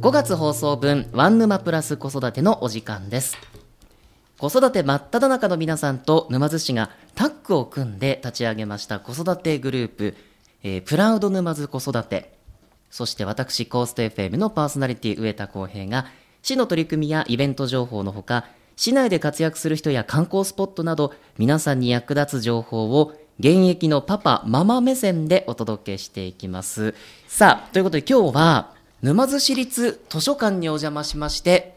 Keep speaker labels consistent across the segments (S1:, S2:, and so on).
S1: 5月放送分ワン沼プラス子育てのお時間です子育て真っ只中の皆さんと沼津市がタッグを組んで立ち上げました子育てグループ、えープラウド沼津子育てそして私コースト FM のパーソナリティ上田浩平が市の取り組みやイベント情報のほか市内で活躍する人や観光スポットなど皆さんに役立つ情報を現役のパパママ目線でお届けしていきますさあということで今日は沼津市立図書館にお邪魔しまして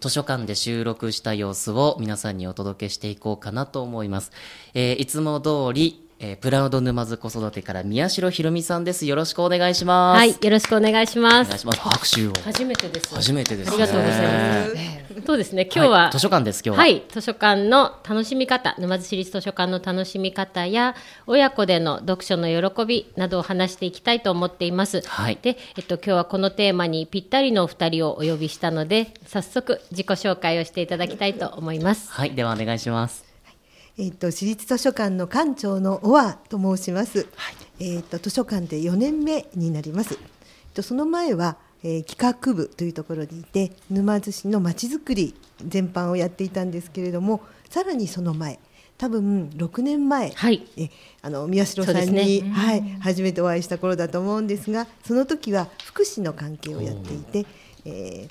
S1: 図書館で収録した様子を皆さんにお届けしていこうかなと思います、えーいつも通り、えープラウド沼津子育てから宮代ひろみさんですよろしくお願いします
S2: はい、よろしくお願いしま
S1: お願い
S2: す。
S1: します拍手を
S2: 初めてです。
S1: 初めてです
S2: ありがとうございます。そうですね、今日は、
S1: い図書館です今日は、
S2: はい、図書館の楽しみ方、沼津市立図書館の楽しみ方や、親子での読書の喜びなどを話していきたいと思っています。
S1: はい
S2: で、えっと、今日はこのテーマにぴったりのお二人をお呼びしたので、早速自己紹介をしていただきたいと思います。
S1: はい、ではお願いします
S3: えっと私立図書館の館長の小和と申します。えっと図書館で4年目になります。えっとその前は、えー企画部というところにいて沼津市のまちづくり全般をやっていたんですけれども、さらにその前、多分6年前、
S2: はい
S3: えあの宮代さ
S2: そ
S3: ん
S2: うで
S3: に、
S2: す
S3: はい初めてお会いした頃だと思うんですが、その時は福祉の関係をやっていて。えー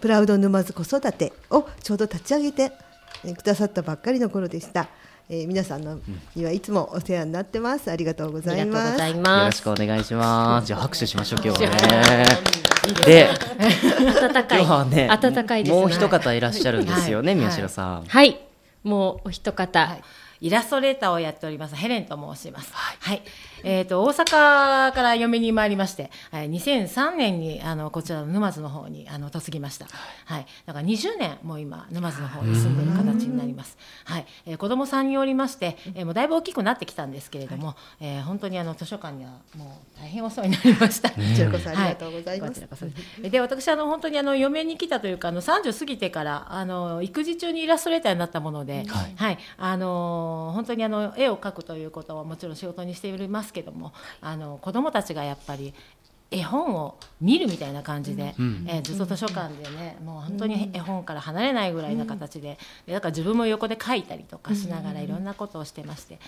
S3: プラウド沼津子育てをちょうど立ち上げてえーくださったばっかりの頃でした。えー皆さんのにはいつもお世話になってます。ありがとうご
S2: あ
S3: ざ
S2: りが
S3: い
S2: とう
S3: ま
S2: ござ
S3: す。
S2: い
S1: よ
S2: ま
S1: ろし
S2: す。
S1: くお願いしますじゃあ拍手しましょう今日はねで
S2: 暖かい。
S1: 今日はね
S2: 暖かいですね
S1: もう一方いらっしゃるんですよね、
S4: はい
S1: 宮代さん、
S2: はい、もうお一方。
S4: はいイラストレーターをやっておりますヘレンと申します。はい、えっ、と大阪から嫁に参りまして、はい、2003年にあのこちらの沼津の方にあの嫁ぎました。はい、だから20年もう今沼津の方に住んでる形になります。はい、えー、子供さんにおりまして、えーもうだいぶ大きくなってきたんですけれども、えー本当にあの図書館にはもう大変お世話になりました。
S3: こちらこそあり
S4: はい
S3: がとうございま
S4: こち
S3: す
S4: ら。こそですで私あの本当にあの嫁に来たというかあの30過ぎてからあの育児中にイラストレーターになったもので、はいあの本当にあの絵を描くということはもちろん仕事にしておりますけどもあの子どもたちがやっぱり絵本を見るみたいな感じで、えーずっと図書館でね、もう本当に絵本から離れないぐらいな形で,、でだから自分も横で描いたりとかしながらいろんなことをしてまして、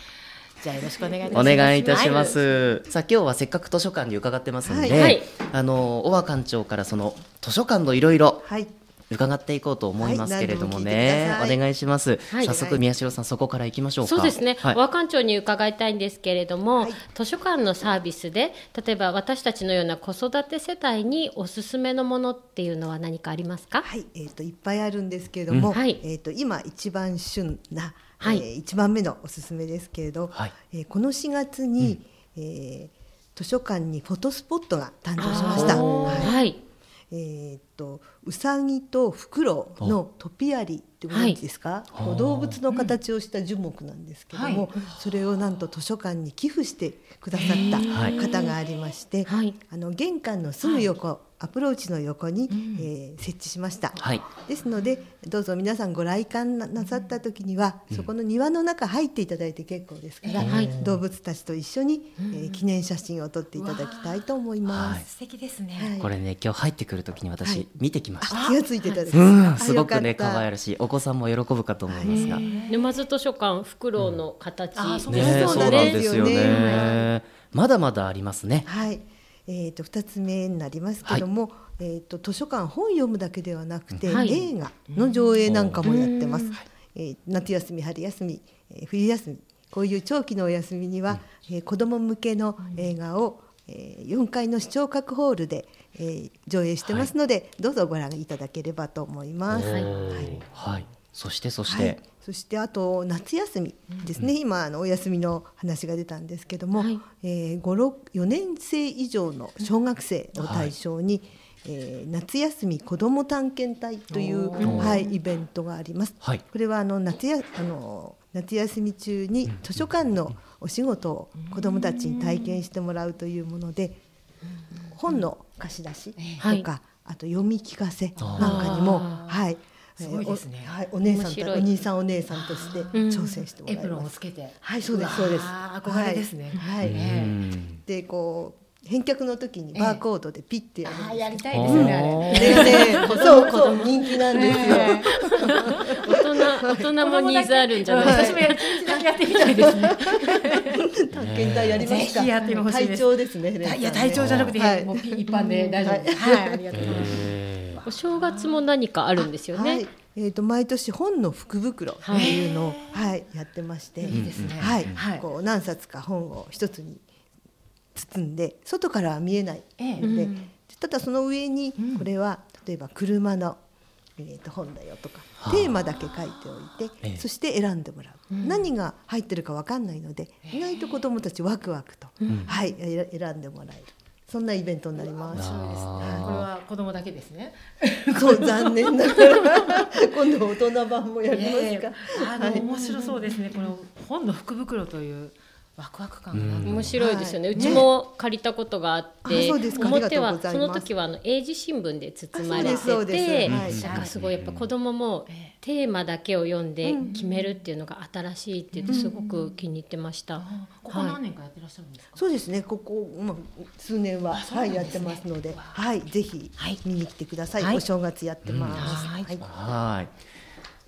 S4: じゃあよろしくお願いいたし
S1: お
S4: ます。
S1: 願いいたしま
S4: は
S1: す。さあ今日はせっかく図書館に伺ってますので、
S3: はい
S2: はい
S1: あの小和館長からその図書館のいろいろ
S3: はい。
S1: 伺っていこうと思いますけれどもね、
S3: はい何でも聞いてください
S1: お願いします。
S2: はい
S1: 早速宮代さんそこから行きましょうか。
S2: そうですね、
S1: はい
S2: 和館長に伺いたいんですけれども、
S3: はい
S2: 図書館のサービスで例えば私たちのような子育て世帯におすすめのものっていうのは何かありますか、
S3: はい、えっ、といっぱいあるんですけれども、
S2: うんはい
S3: えっ、と今一番旬な、
S2: はい
S3: えー一番目のおすすめですけれど、
S1: はい
S3: えーこの4月に、えー図書館にフォトスポットが誕生しました。
S2: あー
S3: はい
S2: はい、
S3: えーっとウサギとフクロウのトピアリってご存知ですか、こう動物の形をした樹木なんですけども、それをなんと図書館に寄付してくださった方がありまして、
S2: はい
S3: あの玄関のすぐ横、アプローチの横に、えー設置しました、
S1: はい
S3: ですのでどうぞ皆さんご来館ななさった時には、そこの庭の中入っていただいて結構ですから、
S2: はい
S3: 動物たちと一緒に、えー記念写真を撮っていただきたいと思います。
S4: 素敵ですね。
S3: はい
S1: これね今日入ってくるときに私、
S3: はい
S1: 見てきました。
S3: 気がついてたです。
S1: うん
S3: あ
S1: すごくね
S3: よかっ
S1: 可
S3: た
S1: 愛らしいお子さんも喜ぶかと思いますが。
S2: 沼津図書館フクロウの形、
S4: うんあーそう
S1: ね
S3: で
S1: そ
S3: す
S1: う
S3: な
S1: なんん
S3: で
S1: ですすよ
S3: よね
S1: ね。まだまだありますね。
S3: はい。えっ、と二つ目になりますけども、えっ、と図書館本読むだけではなくて、
S2: はい
S3: 映画の上映なんかもやってます。えー夏休み春休み、えー冬休みこういう長期のお休みには、えー子ども向けの映画を、えー、4階の視聴覚ホールで、えー上映してますので、どうぞご覧いただければと思います。
S2: はい
S1: おーはい。そしてそして、
S3: はい、そしてあと夏休みですね、今あのお休みの話が出たんですけども、
S2: はい
S3: えー、5 6 4年生以上の小学生を対象に、えー夏休み子ども探検隊という、はい、イベントがあります。
S1: はい
S3: これはあの夏やあの夏休み中に図書館のお仕事を子どもたちに体験してもらうというもので本の貸し出し
S2: は
S3: と
S2: い
S3: かあと読み聞かせなんかにも
S2: あ
S3: はい
S4: すごいですね
S3: えーおはい、お姉さ
S2: 面
S3: んと
S2: 白い
S3: お兄さんお姉さんとして挑戦してもら
S4: エ
S3: い
S4: プロン
S3: ま
S4: を
S3: す。
S4: つけて。
S3: はい、そうですそうです。
S4: わあ憧れですね。
S3: はい。はい
S4: ね
S3: でこう返却の時にバーコードでピッてやるんです
S5: あー
S3: けど
S5: やりたいですねあれ。
S1: お
S3: それがね、そうそう人気なんですよ。
S2: 大人大人もニーズあるんじゃない
S4: 私もやる一日だけやってみたいですね。
S3: 探検隊やりますか。
S4: ぜひやってほしいで
S3: 隊
S4: す
S3: 長ですね。ヘレンさん
S4: い
S3: ね
S4: や体調じゃなくて、
S3: はい
S4: もうピ一般で大丈夫です。はい、ありがとうございます。
S1: え
S2: お正月も何かあるんですよ
S3: は
S2: ね
S3: い。。えっと毎年本の福袋っていうのをはいやってまして、
S4: いいですね
S3: はい
S4: はい、
S3: こう何冊か本を一つに包んで、外からは見えない
S4: ええ
S3: ので
S2: うん、
S3: ただその上にこれは例えば車のえーと本だよとか
S1: はあ
S3: テーマだけ書いておい
S1: ええ
S3: てそして選んでもらう何が入ってるか分かんないので意外と子どもたちワクワクとはいえ選んでもらえるそんなイベントになりま
S1: ー
S3: す。
S1: あー
S4: これは子供だけですね。
S3: そう残念ながら今度大人版もやり
S4: い
S3: ます
S4: やい
S3: か
S4: や。あの、面白そうですね。この本の福袋というワクワク感がなんか。
S2: 面白いですよね、
S3: はいう
S2: ちも借りたことがあって、
S3: あそうですか
S2: 表
S3: あり
S2: は
S3: がとうござい
S2: そ
S3: ます
S2: の時はあの英字新聞で包まれ
S3: あそう
S2: て
S3: ですそうで
S2: て、
S3: すはい
S2: なんかすごいやっぱ子供もテーマだけを読んで決めるっていうのが新しいって言ってすごく気に入ってました。
S4: あここ何年かやってらっしゃるんですか。
S3: そうですね。ここ、まあ、数年は、
S4: そうな
S3: は
S4: ん
S3: い、
S4: で
S3: や
S4: すね
S3: ってますので、はい、ぜひ
S4: はい
S3: 見に来てください。
S4: はい
S3: お正月やってます。
S4: うん
S3: はい、
S1: はい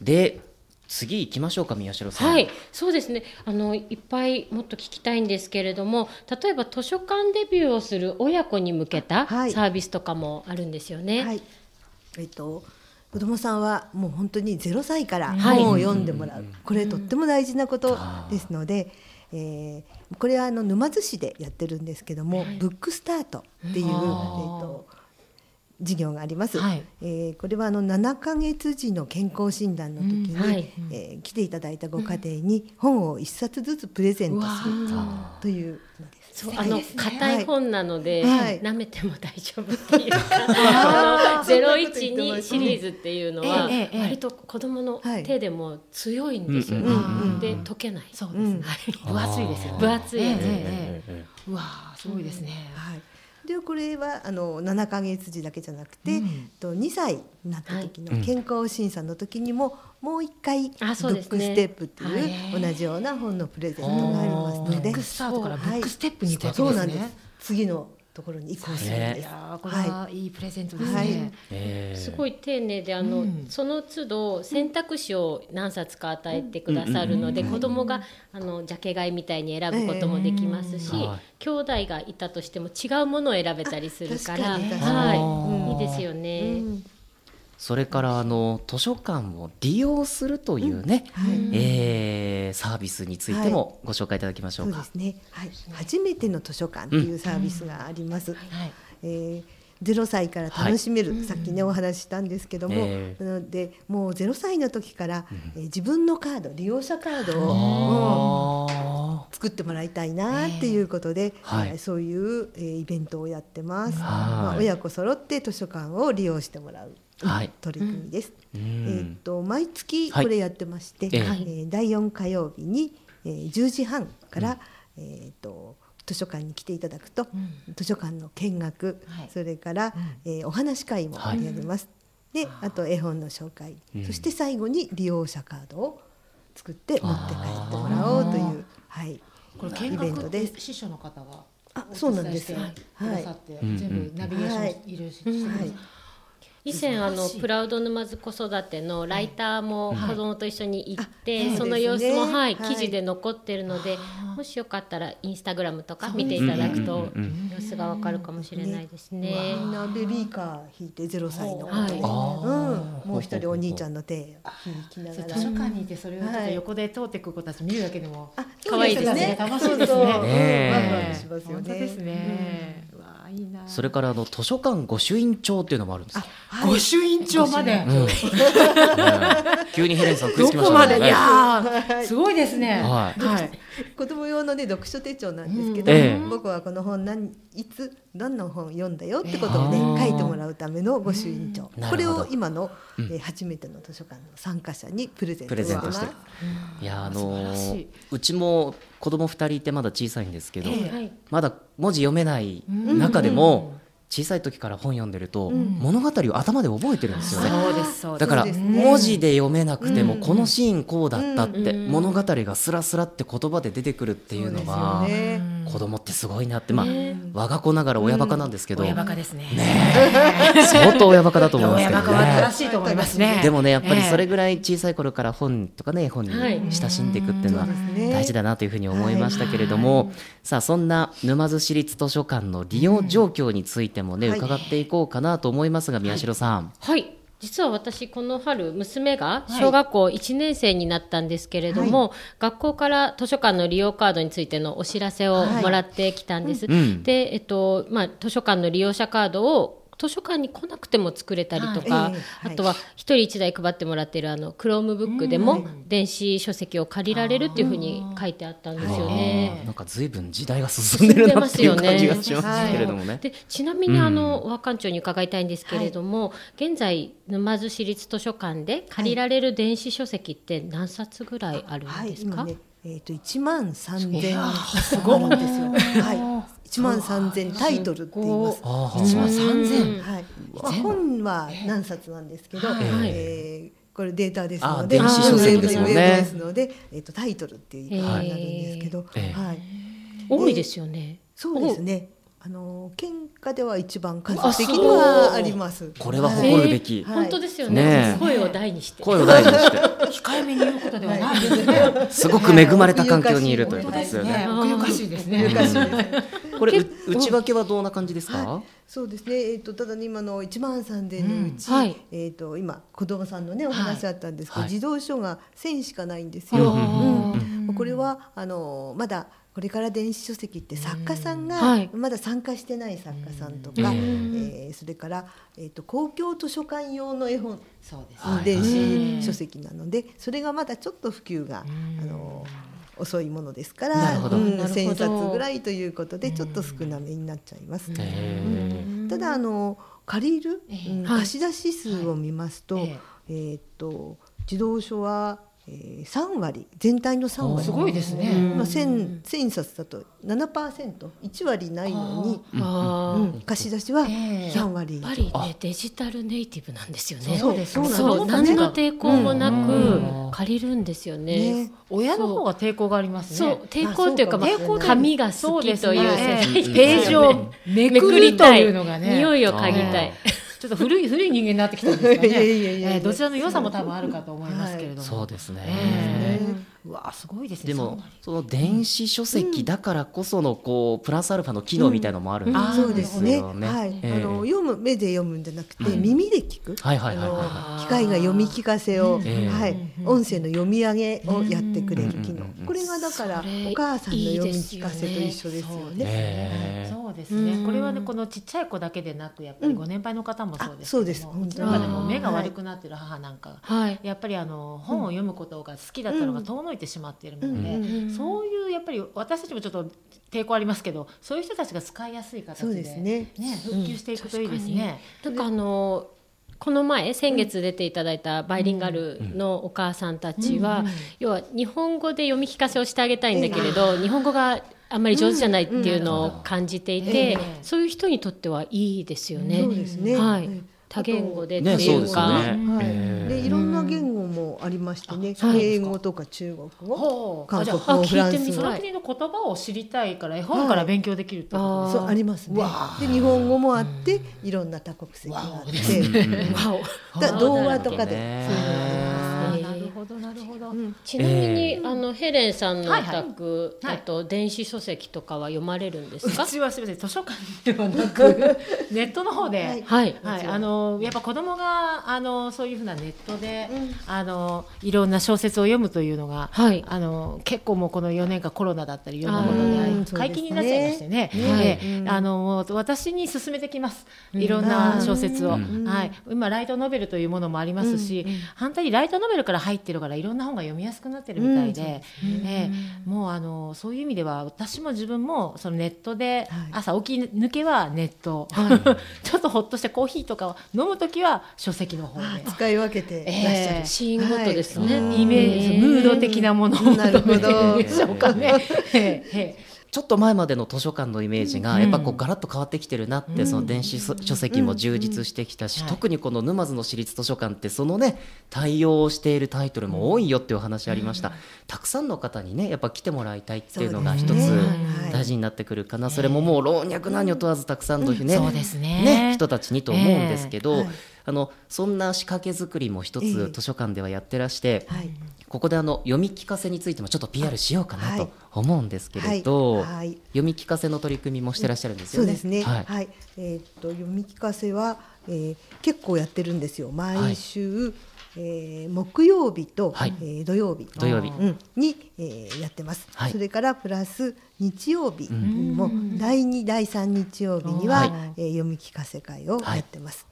S1: で次行きましょうか宮代さん
S2: はい、そうですね。あのいっぱいもっと聞きたいんですけれども、例えば図書館デビューをする親子に向けたサ
S3: はい
S2: ービスとかもあるんですよね。
S3: はい、えっと。子供さんはもう本当に0歳から
S2: はい
S3: 本を読んでもらう、これとっても大事なことですので、えーこれはあの沼津市でやってるんですけども、ブックスタートっていう、えっと、授業があります、
S4: はい
S3: えーこれはあの7ヶ月時の健康診断の時に、
S2: うんはい
S3: えー来ていただいたご家庭に本を1冊ずつプレゼントするというのです。
S2: そうあの硬い本なので、
S3: はい
S2: 舐めても大丈夫って いうか、ゼロ一
S3: そんなこと言ってま
S2: に
S3: す
S2: シリーズっていうのは
S4: ええええ
S2: 割と子供の
S3: はい
S2: 手でも強いんですよね。
S1: うん
S3: うんうん
S2: で溶けない。
S4: そうですね。
S2: はい
S4: 分厚いですよね。
S2: 分厚い
S4: ええ
S2: やつ
S4: えええ
S1: ええええ
S4: えうわあすごいですね。
S3: はい、でこれはあの7ヶ月時だけじゃなくて、
S4: うん
S3: と2歳になった時
S1: は
S3: の
S1: い
S3: 健康診査の時にも、もう一回ブ
S2: あそうで
S3: ッ
S2: すね
S3: クステップって
S4: はい
S3: いう同じような本のプレゼントがあります
S4: ブ
S3: ので
S4: ックスタートからブ
S3: はい
S4: ックステップに行くわけ
S3: そう
S4: で
S3: な
S4: す
S3: んです
S4: ね。
S3: 次のところに移行するん
S4: い
S3: です。
S4: やあこれはいいプレゼントです
S3: はい
S4: ね。
S1: ええ
S2: すごい丁寧であの、
S4: うん
S2: その都度選択肢を何冊か与えてくださるので、子供があのジャケ買いみたいに選ぶこともできますし、
S1: ええはい
S2: 兄弟がいたとしても違うものを選べたりするから
S3: あ確か
S2: は
S3: に
S1: 確
S2: い、
S1: かに
S2: いいですよね。
S3: うん
S1: それからあの図書館を利用するというね、えーサービスについてもご紹介いただきましょ
S3: そう
S1: う
S3: で
S1: か。
S3: すね、はい、初めての図書館っていうサービスがあります。
S4: はい。
S3: えー0歳から楽しめる、さっきねお話ししたんですけども、
S1: ええ
S3: なのでもう0歳の時から、えー自分のカード利用者カードをも
S1: あ
S3: う作ってもらいたいなっていうことで、
S1: はい
S3: えーそういう、えーイベントをやってま
S1: は
S3: す、
S1: い
S3: まあ親子揃って図書館を利用してもらう
S1: ーはい。
S3: 取り組みで
S1: う
S3: す、えーっ
S1: ん。
S3: と毎月
S1: はい
S3: これやってまして、
S1: ええ
S3: えー第4火曜日に、えー10時半から、えーっと図書館に来ていただくと、図書館の見学、
S4: はい
S3: それから、えーお話し会もやります、であと絵本の紹介、
S1: うん
S3: そして最後に利用者カードを作って持って帰ってもらおうという、はい、
S4: これ見
S3: イベン
S4: 学
S3: ト
S4: っ
S3: で
S4: て
S3: す。
S4: 司書の方が
S3: あそうなんです
S4: よ
S3: よ。
S4: く
S3: は
S4: だ
S3: い
S4: さって
S1: ん
S4: 全部ナビゲーションしていろいろしてくださ
S3: はいい。
S2: 以前あの
S4: 素晴らしい
S2: プラウド沼津子育てのライターも子供と一緒に行って、
S3: はいあ
S2: その様子も、はい
S3: そうです
S2: 記
S3: ね
S2: 事で残ってるので、もしよかったらインスタグラムとか見ていただくと
S1: うんうん
S2: 様子がわかるかもしれないですね。
S3: みんなベビーカー引いてゼロ歳の、
S2: はい
S1: あー
S3: うん、もう一人お兄ちゃんの手を引きな
S4: そ
S3: が
S4: う図
S3: ら。
S4: 書館にいてそれをちょっと横で通っていく子たち見るだけでも
S3: あ
S2: 可愛いですね
S4: 楽しいで
S3: そ
S4: すね
S3: うそう
S1: ねえ
S3: ワクワクしますよね。
S4: 本当ですね。うわあいいな。
S1: それからあの図書館御朱印帳っていうのもあるんですよ。
S4: ご朱印帳まで。
S1: うんねえ急にヘレンさん食い
S4: ど
S1: つきまし
S4: こ
S1: た
S4: ま
S1: ね。
S4: でいやーすごいですね。
S1: はい
S4: はい。
S3: うん。子供用のね読書手帳なんですけど、
S1: うんええ
S3: 僕はこの本何いつどんな本読んだよってことをね、
S1: ええ
S3: 書いてもらうための御朱印帳
S1: うん。
S3: これ
S1: なる
S3: を
S1: ほど
S3: 今の、えー初めての図書館の参加者にプレゼント
S1: プレゼントして
S3: し。
S1: いやあ
S4: 素晴
S1: の
S4: らしいう
S1: ちも子供二人いてまだ小さいんですけど、
S4: ええ
S2: はい
S1: まだ文字読めない中でも、小さい時から本読んでると、物語を頭で覚えてるんですよね。
S4: そうですそう
S1: だ
S4: です
S1: から
S3: そうですね
S1: 文字で読めなくても
S4: うん
S1: このシーンこうだったって
S4: うん
S1: 物語がスラスラって言葉で出てくるっていうのは
S3: そうですよね
S1: 子供ってすごいなってまあ
S4: ね
S1: 我が子ながら親バカなんですけど
S4: 親バカですね。
S1: 相当親バカだと思います
S4: 親
S1: けど
S4: バカは
S1: ね
S4: 正。しいと思いますね。
S1: でもねやっぱりそれ
S4: え
S1: ぐらい小さい頃から本とかね絵本に
S2: はい
S1: 親しんでいくっていうのは
S3: そうですね
S1: 大事だなというふうに思いましたけれども、さあそんな沼津市立図書館の利用状況についてもね、
S3: うんはい
S1: 伺っていこうかなと思いますが宮代さん、
S2: はい実は私この春娘が小学校1年生になったんですけれども、学校から図書館の利用カードについてのお知らせをもらってきたんです、
S1: うん
S2: で、えっとまあ、図書館の利用者カードを図書館に来なくても作れたりとか、
S3: はいええはい
S2: あとは一人一台配ってもらってるあの Chromebook でも電子書籍を借りられるっていうふうに書いてあったんですよね。
S1: あーなんか随分時代が進んでるなっていう感じがしますけれどもね。
S2: でちなみにあの、
S1: う
S2: 和館長に伺いたいんですけれども、現在沼津市立図書館で借りられる電子書籍って何冊ぐらいある
S3: は
S2: ん
S3: い、
S2: ですか、
S3: 今ね、えっ、と一万三千あるんですよ。はい、一万三千タイトルって言います。
S1: ああ
S4: え
S1: ー、
S2: 3000
S3: はい、まあ本は何冊なんですけど、
S4: はい
S3: えーこれデータですので、
S1: あ電
S2: 子書籍ですもんね
S3: ウェブですので、えっ、とタイトルっていう言い方になるんですけど、
S1: えー
S3: はい、
S2: 多いですよね
S3: そうですね。あの県下では一番数的にはあります。
S1: これは
S2: えー
S1: 誇るべき
S2: 本当ですよ
S1: ね
S2: ね
S1: え
S2: 声を大にして
S1: 声を大事にして
S4: 控えめに言うことではないですね。
S1: すごく恵まれた環境にいるということですよね。
S4: 奥ゆかしいですね。
S3: 難しいですね。
S1: これう内訳はどんな感じですか
S3: は？そうですね、えー、とただね今の1万3000のうち、
S2: うんはい
S3: えー、と今子どもさんのねお話あったんですけど、
S1: はい
S3: 児童書が1000しかないんです
S1: うん
S3: よ。
S1: うんうん
S3: まあこれはあのまだこれから電子書籍って作家さんが、
S2: はい
S3: まだ参加してない作家さんと
S1: うん
S3: か、
S1: え
S3: えーそれから、えー、と公共図書館用の絵本
S4: そうです。
S1: はい
S3: 電子書籍なのでそれがまだちょっと普及が、あの遅いものですから
S1: なるほど
S3: うん
S2: なるほど
S3: 1,000冊ぐらいということでちょっと少なめになっちゃいます。
S1: えー
S3: ただあの借りる、うん
S2: はい
S3: 貸し出し数を見ますと、
S4: はいえ
S3: えーっと自動書は、えー、3割全体の3割
S4: すごいですね
S3: うんまあ、1000, 1000冊だと 7%1 割ないのに、
S2: あー
S3: う
S2: やっ
S3: ん、貸し出しは
S4: ええ
S3: 3割、
S2: ぱりねデジタルネイティブなんですよね
S3: そうです
S2: そう
S3: そうなんです
S2: 何の抵抗もな
S1: うん
S2: く借りるんですよね、
S3: ね
S4: 親の方が抵抗がありますね。
S2: そう抵抗というか
S3: あ
S2: まあ
S3: そうかもしれない
S2: 紙が好きという世代
S4: そう
S2: で
S4: で
S2: よ
S4: すすね
S2: ね
S4: ページをめ
S2: め
S4: く
S2: くり
S4: りと
S2: た
S4: い
S2: いう
S4: のがね、
S2: 匂いを嗅ぎたい
S1: あ
S4: ちょっと古い古い人間になってきたんです か
S3: いや
S4: ね。
S3: いやいやいや
S4: えーどちらの良さも多分あるかと思いますけれども。
S1: そうですね。
S4: え
S3: ね
S4: ーうわすごいですね。
S1: でも
S4: そんな
S1: その
S4: に
S1: 電子書籍だからこそのこうプラスアルファの機能みたいのもあるん
S4: うんあー
S3: そうですね。
S1: よ
S3: はい、
S1: え
S3: あ
S1: ー
S3: の読む目で読むんじゃなくて、
S1: うん
S3: 耳で聞く。
S1: はいはい
S3: あ
S1: はいはいはい
S3: の機械が読み聞かせを、
S1: ええ
S3: はい、音声の読み上げをやってくれる
S1: う
S3: 機能
S1: んうんうんうん。
S3: これがだから
S2: それ
S3: お母さんの読み聞かせと
S2: いい
S3: 一
S2: です
S3: 緒ですよ
S4: そう
S3: ね。
S1: ええ
S4: そうですね、
S2: うん
S4: これはねこのちっちゃい子だけでなくやっぱり
S3: うん
S4: ご年配の方もそうですけども、
S3: あそうです本当に
S4: 中でも目が
S3: あー
S4: 悪くなってる母なんかが、
S2: はい
S4: やっぱりあの本を読むことが好きだったのが遠のいてしまっているので、
S3: うんうん
S2: うん
S4: そういうやっぱり私たちもちょっと抵抗ありますけどそういう人たちが使いやすい形
S3: そう
S4: で
S3: ですね。
S4: 復旧していくといいですね。
S2: なんかあのこの前先月出ていただいたバイリンガルのお母さんたちは、
S4: うんうん
S2: 要は日本語で読み聞かせをしてあげたいんだけれど、日本語があんまり上手じゃないっていうのを感じていて、
S4: うん
S2: そういう人にとってはいいですよね。
S3: そうですね。
S2: は
S3: え
S2: い
S3: え、
S2: 多言語でっ
S1: ね
S2: てい
S1: そうで
S2: う
S1: す
S2: か。
S1: よね。
S3: はい
S1: ええ
S3: でいろんな言語もありましてね、
S2: うん
S3: 英語とか中国語、
S4: ほう
S3: 韓
S4: じゃ
S3: 国
S4: あ
S3: 語、
S2: あ
S3: フラン
S2: 聞いて
S3: ス
S2: み
S4: そ
S3: 語
S2: た、
S4: の国の言葉を知りたいから絵本から勉強できるってこと
S2: あー
S3: そうありますね
S4: わ。
S3: で日本語もあって、いろんな多国籍があって、
S2: わお
S3: だ童話とかで
S1: ね
S3: そういうのがあり
S2: え
S3: ます。
S4: あー
S2: ー
S4: なるほどなるほど。
S2: ちなみに、あのヘレンさんの
S4: はい
S2: お
S4: はい
S2: 宅、
S4: はい
S2: えっと電子書籍とかは読まれるんですか
S4: う？ちはすみません図書館では なくネットの方で、
S3: は
S4: はいい
S2: はい。
S4: あのやっぱ子供があのそういうふうなネットで、あのいろんな小説を読むというのが、
S2: はい
S4: あの結構もうこの4年間コロナだったりいろんなこ
S3: うん
S4: とで解禁になっちゃいましてね
S2: うですね
S4: ええあのもう私に勧めてきますいろんな小説を、
S1: うん
S4: はい、今ライトノベルというものもありますし、反対にライトノベルから入ってるからいろんな本が読みやすくなってるみたいで、ええもうあのそういう意味では私も自分もそのネットで
S3: はい
S4: 朝起き抜けはネット、 ちょっとほっとしてコーヒーとかを飲む時は書籍の方で。
S3: 使い分けていらっしゃる。
S2: シーンごとですね。
S1: はい
S4: イメージ、ムード的なものを
S3: なる
S4: 求
S3: ほど
S4: めてるんでしょうかね。ええええ
S1: ちょっと前までの図書館のイメージが、やっぱこうガラッと変わってきてるなって、その電子書書籍も充実してきたし、
S4: はい
S1: 特にこの沼津の市立図書館ってそのね対応をしているタイトルも多いよっていうお話ありました、たくさんの方にねやっぱ来てもらいたいっていうのが一
S3: そうです
S1: つ
S3: ねはい
S1: 大事になってくるかな、それももう老若男女問わずたくさんのね,、
S4: そうですね
S1: 人たちにと思うんですけど、
S3: ええはい
S1: あのそんな仕掛け作りも一
S3: え
S1: つ
S3: え
S1: 図書館ではやってらして、
S3: はい
S1: ここであの読み聞かせについてもちょっと PR しようかな
S3: はい
S1: と思うんですけれど、
S3: はいはい
S1: 読み聞かせの取り組みもしてらっしゃるんです
S3: そ
S1: よ
S3: う
S1: ね。
S3: ですね。
S1: は
S3: はいい、えーっと読み聞かせは、えー結構やってるんですよ。毎週、えー木曜日と、
S1: はい
S3: えー土曜日。
S1: 土曜日
S3: うんに、えーやってます、
S1: はい
S3: それからプラス日曜日
S1: ん
S3: も、第2第3日曜日には、
S1: はい
S3: えー読み聞かせ会をやってます。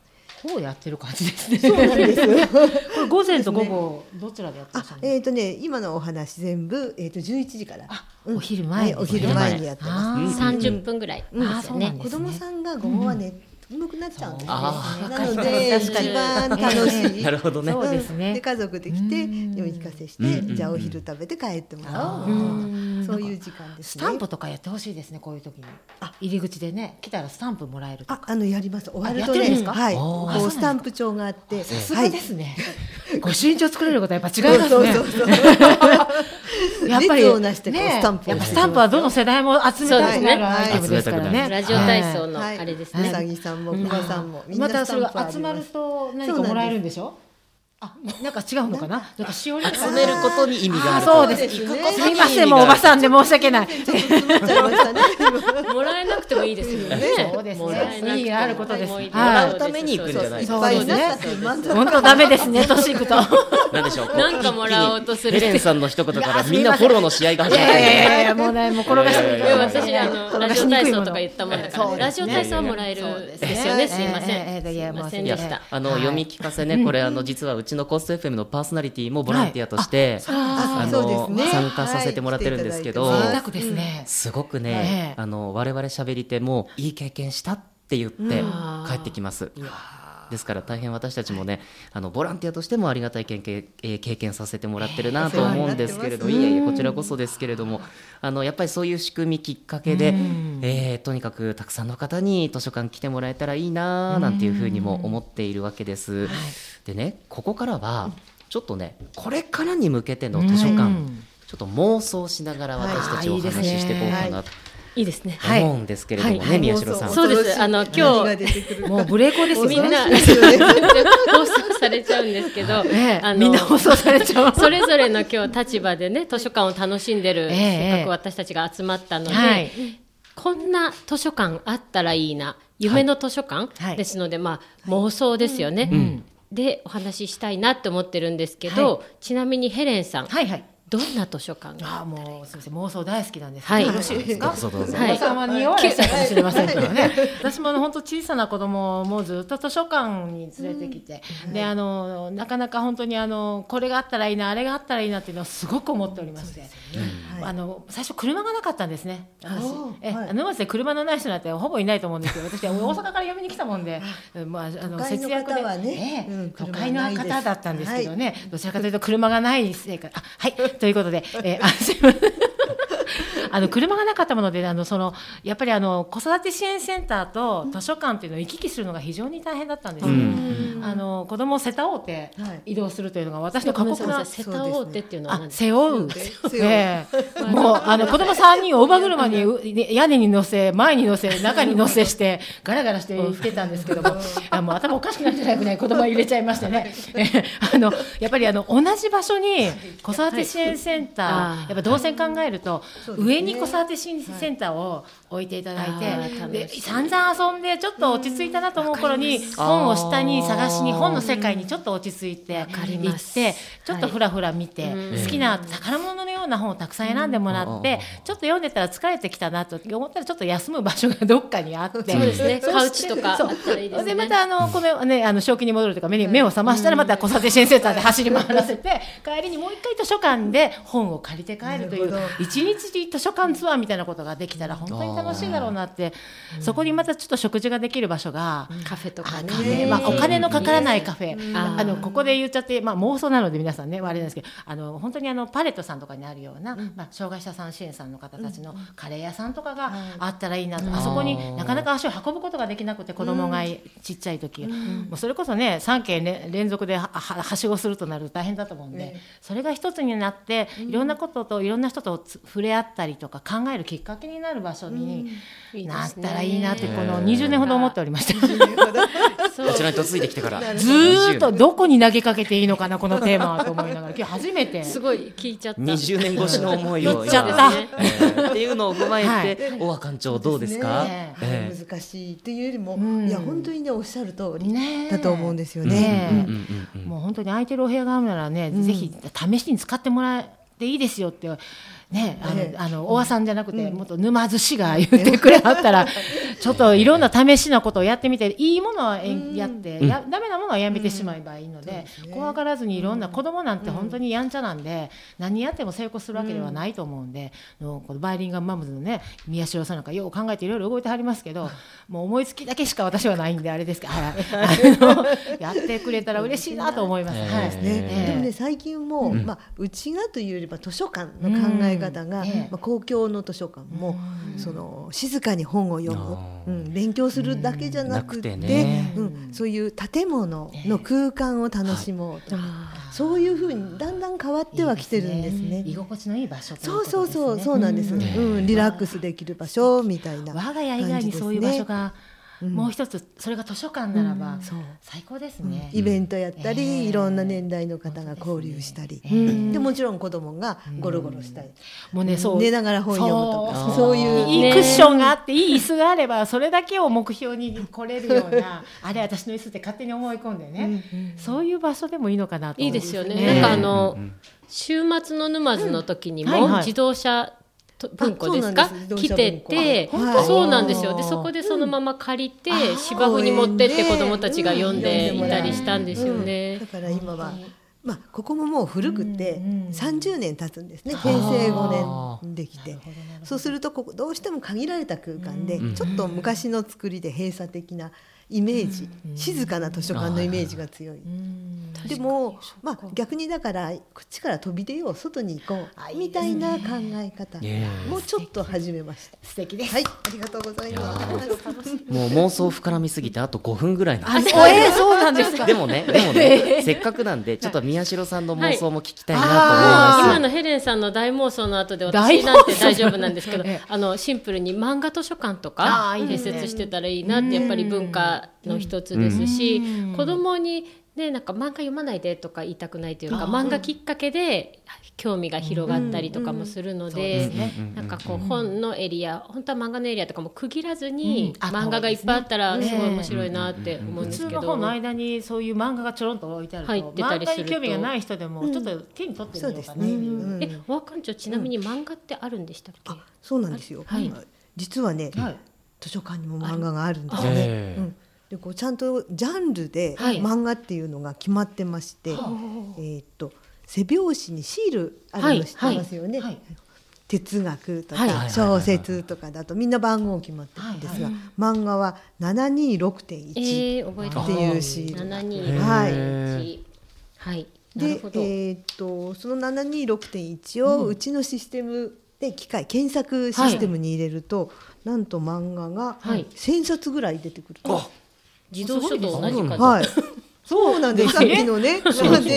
S4: こうやってる感じですね。 これ午前と午後どちらでやってらっしゃ
S3: あ
S4: るん、ですか
S3: えーっ、とね、今のお話全部、えーっ、と11時から。うん
S4: お昼前
S3: はいお昼前にやってます。
S4: す
S2: 三十分ぐらいですよ
S4: あーそうな
S2: ね
S4: ん。だ
S3: 子供さんが午後はね、眠くなっちゃうんですね。
S1: あ
S4: ー
S3: なので
S4: 確かに
S3: 一番楽し い。
S1: なるほどね
S4: そ。うです
S3: うん
S4: ね
S3: で。家族で来て
S4: うん
S3: 読み聞かせし
S1: うんうんう
S3: て
S1: ん
S3: じゃあお昼食べて帰ってもらおうみ
S4: うん
S3: たいなそういう時間です
S4: ス
S3: ね。
S4: タンプとかやってほしいですね、こういう時に。あ、入り口でね、来たらスタンプもらえると
S3: あ
S4: か。
S3: あのやります終わる
S4: あ
S3: と
S4: やってるんで
S3: ね
S4: すか
S3: はい
S1: あー
S3: こう
S4: そうなんです
S3: スタンプ帳があって
S4: さす
S3: は
S4: が
S3: い
S4: ですね。ご身長作れることはやっぱ違いま
S3: そう
S4: すね
S3: そう。そう
S4: やっぱり
S3: 列をなしてこうスタンプを
S4: やっぱスタンプはどの世代も集めた
S2: そ
S4: くなる
S2: うで
S4: ア
S2: すね
S4: イテムですから
S1: 集めたくな
S4: ね。
S1: る
S2: ラジオ体操
S4: はい
S2: の
S3: は
S2: あ
S3: い
S2: れです
S3: うさ
S2: ね。
S3: ぎさんも久保さんもみん
S4: ま
S3: な
S4: た
S3: スタ
S4: それ
S3: ンプあ
S4: が集
S3: り
S4: まる
S3: ます。
S4: と何かもらえるんでしょ？あ、なんか違うのかな？なんかしおり
S1: 集めることに意味があ
S4: あ
S1: る
S4: そう
S1: と
S4: です
S3: すね
S4: すみませんもうおばさんで申し訳ない。
S3: ちょっと 詰まっちゃいました ね。
S2: もらえなくてもいいですよね。
S4: そうですね
S2: もらえなくても
S4: 意味があることです
S2: 思い出
S4: はい
S2: そ
S1: も
S2: う
S1: らうために行くんじゃない
S3: い
S1: で
S3: っ
S1: す
S4: か
S3: ぱいになったって満足。
S4: 本当ダメですね年いくと。
S1: なんでしょう。こう
S2: なんかもらおうとする
S1: 一気にエレンさんの一言からみんなフォローの試合が
S4: い
S1: 始まっ
S4: やいやい
S1: て
S4: やいやもうねもう転がしにくい
S1: いやいやいや
S2: で
S1: い
S2: も
S1: や
S2: 私あのラジオ体操とか言ったもんだから、
S4: そうですね
S2: ラジオ体操はもらえるですよ
S4: いやいやい
S2: ね。
S4: や
S2: すいま
S4: ええ
S2: せ
S4: え
S2: ん。
S4: え
S2: す
S4: い
S2: い
S4: や
S2: ません
S1: い
S2: で
S1: や
S2: した。
S1: あの、
S4: はい
S1: 読み聞かせねこれあの実はうちのコースト FM のパーソナリティもボランティアとして、
S4: あ
S1: あ
S3: あそう
S1: の
S3: ですね
S1: 参加させてもらってるんですけど、
S3: はい来ていただいてます
S4: 贅沢ですね。
S1: すごくね、
S4: ええ
S1: あの我々喋り手もいい経験したって言って
S2: ん
S1: 帰ってきます。ですから大変私たちもね、あのボランティアとしてもありがたい経験えー経験させてもらってるなと思うんですけれど、
S3: ええ
S1: いえいえこちらこそですけれども、あのやっぱりそういう仕組みきっかけで、えーとにかくたくさんの方に図書館来てもらえたらいいななんていうふうにも思っているわけです。でね、ここからはちょっとね、これからに向けての図書
S4: う
S1: 館
S4: ん。
S1: ちょっと妄想しながら私たちお話ししていこうかなと
S2: いいですね。
S4: はい
S1: 思うんですけれどもね、
S4: はい
S1: 宮代さん。
S2: 想そうです あの今日
S4: もうブレイクですよ。
S2: みんな 放送されちゃうんですけど、
S4: ええ
S2: あの
S4: みんな放送されち ゃう。
S2: それぞれの今日立場でね図書館を楽しんでる、
S4: ええ
S2: せっかく私たちが集まったので、
S4: はい
S2: こんな図書館あったらいいな夢の図書館、
S4: はい
S2: ですので、まあ、妄想ですよね、
S1: ん
S2: でお話ししたいなって思ってるんですけど、ちなみにヘレンさん、
S4: はいはい。
S2: どんな図書館が
S4: あもうすみません妄想大好きなんですけど。
S2: はい
S4: よろしいですか。
S1: どうぞどうぞ
S4: はい。さんは匂われちゃうかもしれませんけどね。私もあの本当小さな子供をもうずっと図書館に連れてきて、であのなかなか本当にあのこれがあったらいいなあれがあったらいいなっていうのをすごく思っておりまして、あの最初車がなかったんですね。私
S3: あー、
S4: え、
S3: はい
S4: 沼津で車のない人なんてほぼいないと思うんですけど、私は大阪から読みに来たもんで、まああの
S3: 都会の
S4: 節約で
S3: 方はね
S4: ええ
S3: うん
S4: 都
S3: 車
S4: 会の
S3: ないです
S4: 方だったんですけどね、どちらかというと車がないせいか、あはい ということで、えーあすいません あの車がなかったものであのそのやっぱりあの子育て支援センターと図書館というのを行き来するのが非常に大変だったんですね、
S1: うん
S4: あの子供を背負って移動するというのが私の過
S2: ごめんな
S4: 酷
S2: さ
S4: ない
S2: 瀬田大手っていうのは
S4: あ
S2: 何ですか
S4: 背負う
S3: 背負う
S4: ええ もうあの子供三人を馬車にうね屋根に乗せ前に乗せ中に乗せしてガラガラして行ってたんですけどもあもう頭おかしくなってないぐらい子供入れちゃいましてね ええあのやっぱりあの同じ場所に子育て支援センター、
S2: はい
S4: やっぱ動線考えると、
S3: そうですね
S4: 上に子育て支援センターを置いていただいて、
S2: あー
S4: で
S2: 楽し
S4: 散々遊んでちょっと落ち着いたなと思う頃に、本を下に探しに本の世界にちょっと落ち着いて
S2: かり
S4: 行
S2: ま
S4: っ
S2: す
S4: てちょっとふらふら見て、
S2: うん
S4: 好きな宝物のような本をたくさん選んでもらって、
S1: うん
S4: ちょっと読んでたら疲れてきたなと思ったらちょっと休む場所がどっかにあって。
S2: そうですね
S4: そして
S2: カウチとかあったらいいですね
S4: でまたあの、このねあの正気に戻るというか目に目を覚ましたらまた子育て支援センターで走り回らせて帰りにもう一回図書館で本を借りて帰るとい
S3: な
S4: う
S3: るほ
S4: 一日で図書館ツアーみたいなことができたら本当に楽しいだろうなってそこにまたちょっと食事ができる場所が、
S2: カフェとかね
S4: カフェまあ、お金のかからないカフェ、
S2: あー
S4: あのここで言っちゃって、まあ、妄想なので皆さんねあれなんですけどあの本当にあのパレットさんとかにあるような、まあ、障害者さん支援さんの方たちのカレー屋さんとかがあったらいいなと、あそこになかなか足を運ぶことができなくて子供がちっちゃい時、もうそれこそね3軒れ連続ではははしごするとなると大変だと思うんで、それが一つになっていろんなことといろんな人とつ触れ合ったりとか考えるきっかけになる場所に
S2: うんいいですね
S4: なったらいいなってこの20年ほど思っておりました。
S2: そう
S1: こちらに嫁いできてから
S4: ずーっとどこに投げかけていいのかなこのテーマはと思いながら今日初めて
S2: すごい聞いちゃった。
S1: 20年越しの思いを
S4: 言っちゃった
S1: 今えーっていうのを踏まえて、大和館長どうですか
S4: ね
S1: えー
S3: 難しいっていうよりも、
S4: うん
S3: いや本当にねおっしゃる通り
S4: ねえ
S3: だと思うんですよね。
S4: ね
S1: う
S4: え
S1: んうんうんうん
S4: もう本当に空いてるお部屋があるならね、ぜひ試しに使ってもらっていいですよって。ね、あの、
S3: ね
S4: あの、大和さんじゃなくて、もっと沼津市が言ってくれはったら、 ちょっといろんな試しなことをやってみて、いいものはえやって、や、ダメなものはやめてしまえばいいので、怖がらずにいろんな子供なんて本当にやんちゃなんで、何やっても成功するわけではないと思うんで、のこのバイリンガンマムズのね、宮代さんなんかよう考えていろいろ動いてはりますけど、もう思いつきだけしか私はないんで、あれですけど、はいあ のやってくれたら嬉しいなと思います。
S1: ええ
S4: はい。
S3: ね
S1: ええ
S3: でもね最近も、
S1: ん
S3: まあ、うちがというよりは図書館の考え方が、
S4: うんええ
S3: まあ、公共の図書館も、その静かに本を読む
S1: あ、
S3: う
S1: ー
S3: ん、勉強するだけじゃなくて,、
S1: うんなくてね
S3: うん、そういう建物の空間を楽しもうとか、そういうふうにだんだん変わってはきてるんですね。
S4: 居心地のいい場所とい
S3: そう
S4: こと
S3: う
S4: ですね。
S3: そうそうそうなんです、うん
S1: ね
S3: リラックスできる場所みたいな
S4: 我が家以外にそういう場所が、
S3: うん
S4: もう一つ、それが図書館ならば、
S3: そう
S4: 最高ですね。
S3: イベントやったり、
S4: ええ
S3: いろんな年代の方が交流したり、
S4: ええ
S3: うんでもちろん子供がゴロゴロしたり、
S4: もうね、そう。
S3: 寝ながら本読むとか
S1: そう
S3: そういう
S4: いい
S2: ね
S4: クッションがあって、いい椅子があれば、それだけを目標に来れるような、 あれ、私の椅子って勝手に思い込んでね、そういう場所でもいいのかなと
S2: い
S4: 思
S2: い
S4: ん
S2: ですよね。
S1: え
S2: なんかあの
S1: うんうん
S2: 週末の沼津の時に
S4: うんはい
S2: も
S4: はい
S2: 自動車と文庫です
S3: あ
S2: か
S3: そうなんです
S2: 来てて
S3: 自動車文庫あ本当、
S2: そうなんですよ。
S4: はい
S2: でそこでそのまま借りて
S4: うん
S2: 芝生に持ってっ
S3: 公園
S2: て
S3: で
S2: 子供たちが読んでいたりしたんですよ
S3: う
S2: ね
S3: んだ。から今は、まあ、ここももう古くて
S4: うんうん
S3: 30年経つんですね、平成
S1: あ
S3: 5年できてそうす
S4: る
S3: るとここどうしても限られた空間で
S1: うん
S3: ちょっと昔の作りで閉鎖的なイメージ
S4: うん
S3: 静かな図書館のイメージが強い。でも、まあ、逆にだからこっちから飛び出よう外に行こ
S4: あ
S3: う
S4: いい
S3: み
S4: です
S3: た
S4: ね
S3: いな考え方
S1: ね
S3: もうちょっと始めました。
S4: 素敵です。
S3: はい、ありがとうございます。
S1: もう妄想膨らみすぎてあと5分ぐらいなんで
S4: おえーそうなんです
S1: す
S4: か。
S1: でもねでも ねせっかくなんでちょっと宮代さんの妄想も聞きたいなと思います、
S2: 今のヘレンさんの大妄想の後で私なんて大丈夫なんですけど
S4: ええ
S2: あのシンプルに漫画図書館と
S4: あ
S2: か
S4: ーいいで
S2: 併
S4: すね
S2: 設してたらいいなってやっぱり文化の一つですし子供にねなんか漫画読まないでとか言いたくないというか
S4: あー
S2: 漫画きっかけで興味が広がったりとかもするの
S4: うん
S2: で
S4: うんそうです
S1: ね
S2: なんかこう本のエリア本当は漫画のエリアとかも区切らずに
S4: うんあ
S2: 漫画がいっぱいあったら
S4: そうです
S2: す
S4: ね
S2: ごい面白いなって思うん
S4: 普
S2: です
S4: 通
S2: け
S4: の
S2: ど。
S4: 本の間にそういう漫画がちょろんと置いてあると
S2: 入ってた
S4: 漫
S2: り
S4: 画
S2: す
S4: に
S2: ると
S4: 興味がない人でもちょっと手に取って
S3: そう
S4: み
S3: で
S4: よう
S3: す
S4: かな
S3: ね。
S4: っ
S3: う
S4: ていうん
S2: え、わかんちょちなみに漫画ってあるんでしたっけ？
S3: そうなんですよ。
S2: はい
S3: 実はね、
S4: はい
S3: 図書館にも漫画があるんです
S1: ある
S3: ね
S1: へ。え
S3: うん、でこうちゃんとジャンルで
S2: はい
S3: 漫画っていうのが決まってまして、えーっと背表紙にシールあるの知ってますよね。
S4: はいはい
S3: 哲学と
S2: はい
S3: か小説とかだとみんな番号決まってるんですが、漫画は七二六点
S2: え
S3: 一
S2: ー、覚え
S3: って
S2: てる。
S3: いうシールが
S2: 七二
S3: はい
S2: 一はい。な
S3: で、
S2: る
S3: え
S2: ほど。
S3: ーっとその726.1をうちのシステムで機械検索システムに入れると、なんと漫画が
S2: はい
S3: 1,000冊ぐらい出てくると。は
S2: 自動書と同じ
S1: あ
S2: 数。
S3: いそうなんです。さっきのね、電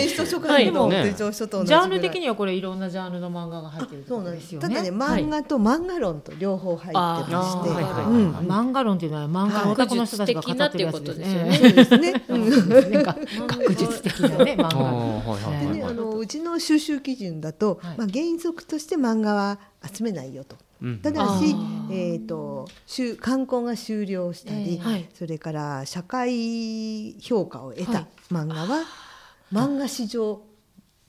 S3: 子図書館にも
S1: はい
S3: 手帳書と同じ
S4: ジャンル
S3: ぐ
S4: 的
S3: らい
S4: にはこれいろんなジャンルの漫画が入ってるって
S3: そ
S4: こ
S3: うな
S4: と
S3: ん
S4: で
S3: ですす。
S4: よ
S3: ただね、
S4: ね。
S3: 漫画と漫画論と両方入ってまして、
S1: あーはいはいはい
S3: うん
S4: 漫画論っていうのは漫画の男の人たちが語ってるやつです
S2: 学
S3: そう
S4: ね。
S3: ですね。うん
S4: なんか学術的なね漫
S1: あ ーはいはい
S3: で
S1: は
S3: ね、
S1: いは
S3: あ
S1: い
S3: のうちの収集基準だと、
S4: はい
S3: まあ、原則として漫画は集めないよと。
S1: うん
S3: ただし
S2: あ、
S3: えー、と終観光が終了したり、
S4: ええ
S2: はい
S3: それから社会評価を得
S2: は
S3: た
S2: い
S3: 漫画は、漫画史上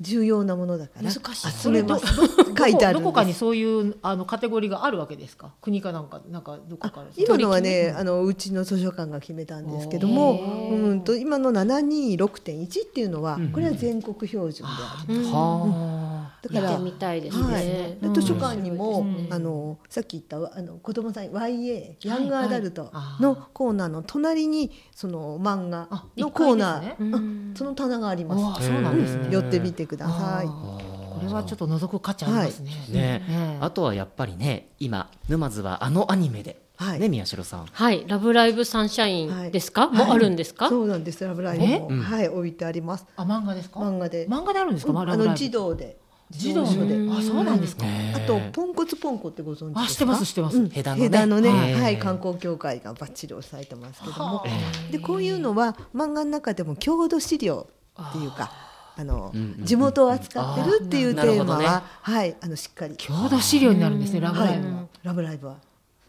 S3: 重要なものだから
S2: 難しい
S3: 集めます書いてある
S4: ど
S3: ん
S4: こか
S3: で
S4: に
S3: す
S4: そういうあのカテゴリーがあるわけですか。国かなんかなんかどこか
S3: 今のはねあのうちの図書館が決めたんですけども
S4: おー
S3: うんと今の726.1っていうのは、これは全国標準である、
S1: は
S3: だ
S2: 見
S3: から
S2: てみたいです
S3: はい
S2: ね。
S3: で図書館にも、
S4: うん
S3: あのさっき言ったわあの子どもさん YA ヤングアダルト
S4: あー
S3: のコーナーの隣にその漫画
S4: あ
S3: のコーナ
S4: 一階です
S3: ー、
S2: ね
S3: あその棚があり
S4: あ
S3: ま
S4: あそうなんですね。
S1: へ
S3: す寄ってみてください
S4: あ
S1: あ
S4: これはちょっと覗く価値ありますね。
S1: ね、
S4: ええ
S1: あとはやっぱりね今沼津はあのアニメで、
S3: はい
S1: ね宮代さん
S2: はい、ラブライブサンシャインですか、
S3: はい
S2: もあるんですか、
S3: そうなんですラブライブも
S1: えうん
S3: はい置いてあります。
S4: あ漫画ですか？
S3: 漫画で
S4: 漫画であるんですか？
S3: うん
S4: ま
S3: あ
S4: ラブライ
S3: の
S4: ブ
S3: 児童で
S4: 児童
S3: 書
S4: で
S3: で。
S4: あそうなんですか。
S1: ね
S3: あとポンコツポンコってご存知ですか？
S4: あ知ってます知ってます
S3: うん
S1: ヘ
S3: ヘ
S1: ダ
S3: ダ
S1: のね
S3: のね
S1: はい
S3: はい観光協会がバッチリ押さえてますけども
S4: はあ
S1: え
S3: でこういうのは漫画の中でも郷土資料っていうかあの
S1: うんうん
S3: 地元を扱ってるっていうテ
S1: あーなる
S3: ー
S1: ほど
S3: マ
S1: ね
S3: ははいあのしっかり
S4: 郷土資料になるんですねラブライブ
S3: は。
S4: はい
S3: ラブライブは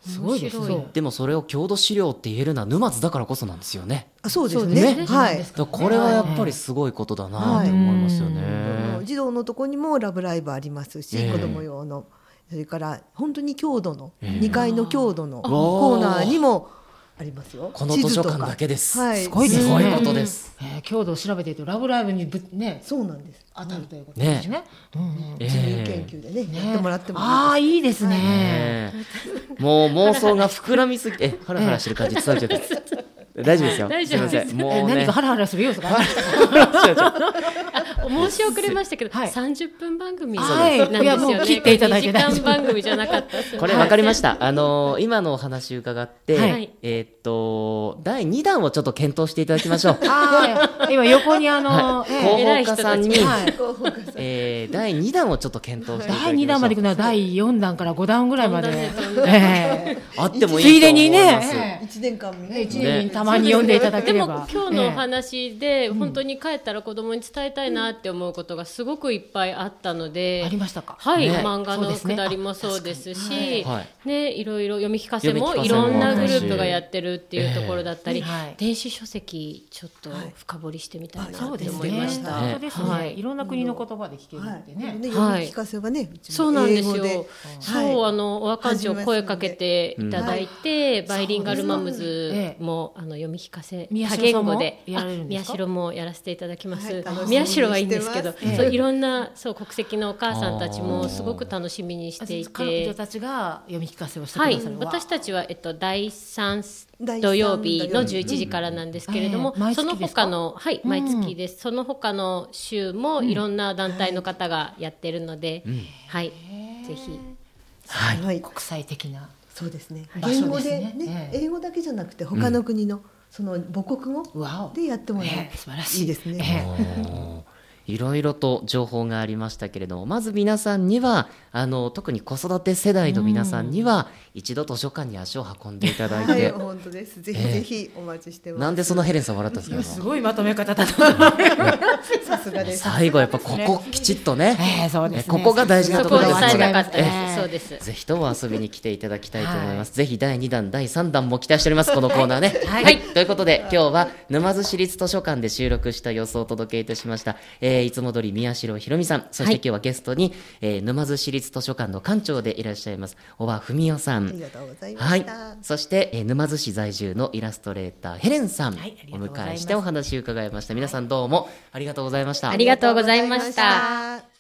S4: すごいです
S2: 面白い
S4: ね。
S1: でもそれを郷土資料って言えるのは沼津だからこそなんですよね
S3: あそうです
S1: そうです
S3: ね
S1: ね
S3: はい。
S1: だからこれはやっぱりすごいことだなって思いますよね、
S3: あの児童のとこにもラブライブありますし、
S1: ええ
S3: 子供用のそれから本当に郷土の、
S1: ええ
S3: 2階の郷土の
S1: あ
S3: コーナーにもありますよ
S1: この図書館だけです、
S3: はい
S1: すごいですね
S4: すご
S1: す
S4: い
S1: ごい
S4: こ
S1: こと
S4: と
S1: で、
S4: ですえー、郷土を調べているとラブライブにぶね
S3: そうなんです
S4: 当たるということですね。うんうん
S1: え
S3: 自由
S1: え
S3: 研究でね、
S4: ね
S3: やってもらってもいいです
S4: ああいいですね。
S1: ねえもう妄想が膨らみすぎてえハラハラしてる感じ伝わっちゃって大丈夫ですよ
S2: 大丈夫です
S1: いませんも
S4: え
S1: うね
S4: 何かハラハラする要素があるんですか。
S2: 申し遅れましたけど、
S4: はい
S2: 30分番組なん
S4: はい
S2: ですよね。
S4: いやもう切っていただいて
S2: これ2
S4: 大丈
S2: 時
S4: 夫
S2: 間番組じゃなかった です。
S1: これ分かりました、あのー今のお話伺って、
S2: はい
S1: えーっと第2弾をちょっと検討していただきましょう
S4: ああ今横にあの、え
S1: 広報
S4: え
S1: 課さんに、
S4: はい
S1: えー第2弾をちょっと検討していただ
S4: 第
S1: きましょう
S4: 2弾まで行くのは第4弾から5弾ぐらいまで、
S2: 飛ん
S4: え
S1: あってもいいと思います
S4: ついでにね
S3: 1年間も
S4: え
S3: ね
S4: 一年にたまに読んでいただけ
S2: で
S4: れ
S2: も
S4: ば
S2: 今日のお話で本当に帰ったら子供に伝えたいなって思うことがすごくいっぱいあったの
S4: ええ
S2: で
S4: あり、ましたか
S2: はい、
S1: ね
S2: 漫画
S4: そう
S2: の
S4: ですね
S2: くだりもそうですし、
S1: はい
S2: ね、いろいろ読み聞かせも
S1: 読み
S2: い
S1: 聞かせも
S2: ろんなグループがやってるっていうところだったり、
S4: ええはい
S2: 電子書籍ちょっと深掘りしてみたいな
S4: そう
S2: って
S4: です
S2: 思い
S4: ね
S2: ました。
S4: 本当ですね、
S2: はい
S4: い、ろんな国の言葉で聞けるってね、
S3: はい、
S4: ね
S3: ね
S2: はい
S3: 読み聞かせはねうちも
S2: そうなんです
S3: 英
S2: よ。
S3: 語はい
S2: そう、あの、お若んちを声かけていただいて、バイリンガルマムズも、あの、読み聞かせ、
S4: 宮
S2: 多
S4: 代さ
S2: 言
S4: んも
S2: 語で、
S4: やられるんです
S2: 宮
S4: か
S2: 代もやらせていただきま
S3: は
S2: す
S3: い楽しみ。に
S2: 宮代はいいんですけど
S3: してま、す
S2: そう、いろんな、そう、国籍のお母さんたちもすごく楽しみにしてい
S4: 彼女
S2: て、
S4: たちが読み聞かせをしてく
S2: は
S4: だ
S2: い
S4: さる、わ
S2: 私たちは、えっと、第3
S3: 第三
S2: 土曜日の
S3: 土曜
S2: 11
S3: 日
S2: 時からなんですけれど
S4: う
S2: も
S4: んええ、毎
S2: そ
S4: 月
S2: の
S4: ですか
S2: 他の、はい、
S4: うん
S2: 毎月です。その他の週もいろんな団体の方がやってるので、はい、ぜひ。
S1: はい
S3: はい
S4: 国際的な
S3: そうですね
S4: はい
S3: 言語
S4: 場所
S3: で
S4: ですね
S3: ね
S4: ええ
S3: 英語だけじゃなくて他の国の、その母国語
S4: わお
S3: でやってもらう、
S4: ええ素晴らしい
S3: いいですね、
S4: ええ
S1: いろいろと情報がありましたけれどもまず皆さんにはあの特に子育て世代の皆さんには、一度図書館に足を運んでいただい
S3: は
S1: て、
S3: い、本当です。ぜひぜひお待ちしてます。
S1: なんでそのヘレンさん笑ったんですか
S4: いや
S1: 今
S4: すごいまとめ方だな
S3: さすがです。
S1: 最後やっぱここきちっとね
S4: ええそうですね
S1: ここが大事な
S2: そ
S1: と
S2: こ
S1: こ
S2: を
S1: ろです
S2: 抑えなかったで
S1: ええ
S2: す。そうです。
S1: ぜひとも遊びに来ていただきたいと思います。ぜひ第2弾、第3弾も期待しております、このコーナーね。はい、ということで、今日は沼津市立図書館で収録した様子をお届けいたしました。えーいつも通り宮代ひろみさん、そして今日はゲストに、えー沼津市立図書館の館長でいらっしゃいます、小葉文夫さん。
S3: ありがとうございま
S1: はい
S3: した。、
S1: そして、えー沼津市在住のイラストレーターヘレンさん、
S4: はいあり
S1: お
S4: がとうござい
S1: 迎
S4: ます
S1: えしてお話を伺いました皆さんどうもありがとうございました、
S2: ありがとうございました。
S3: ありがとうございました。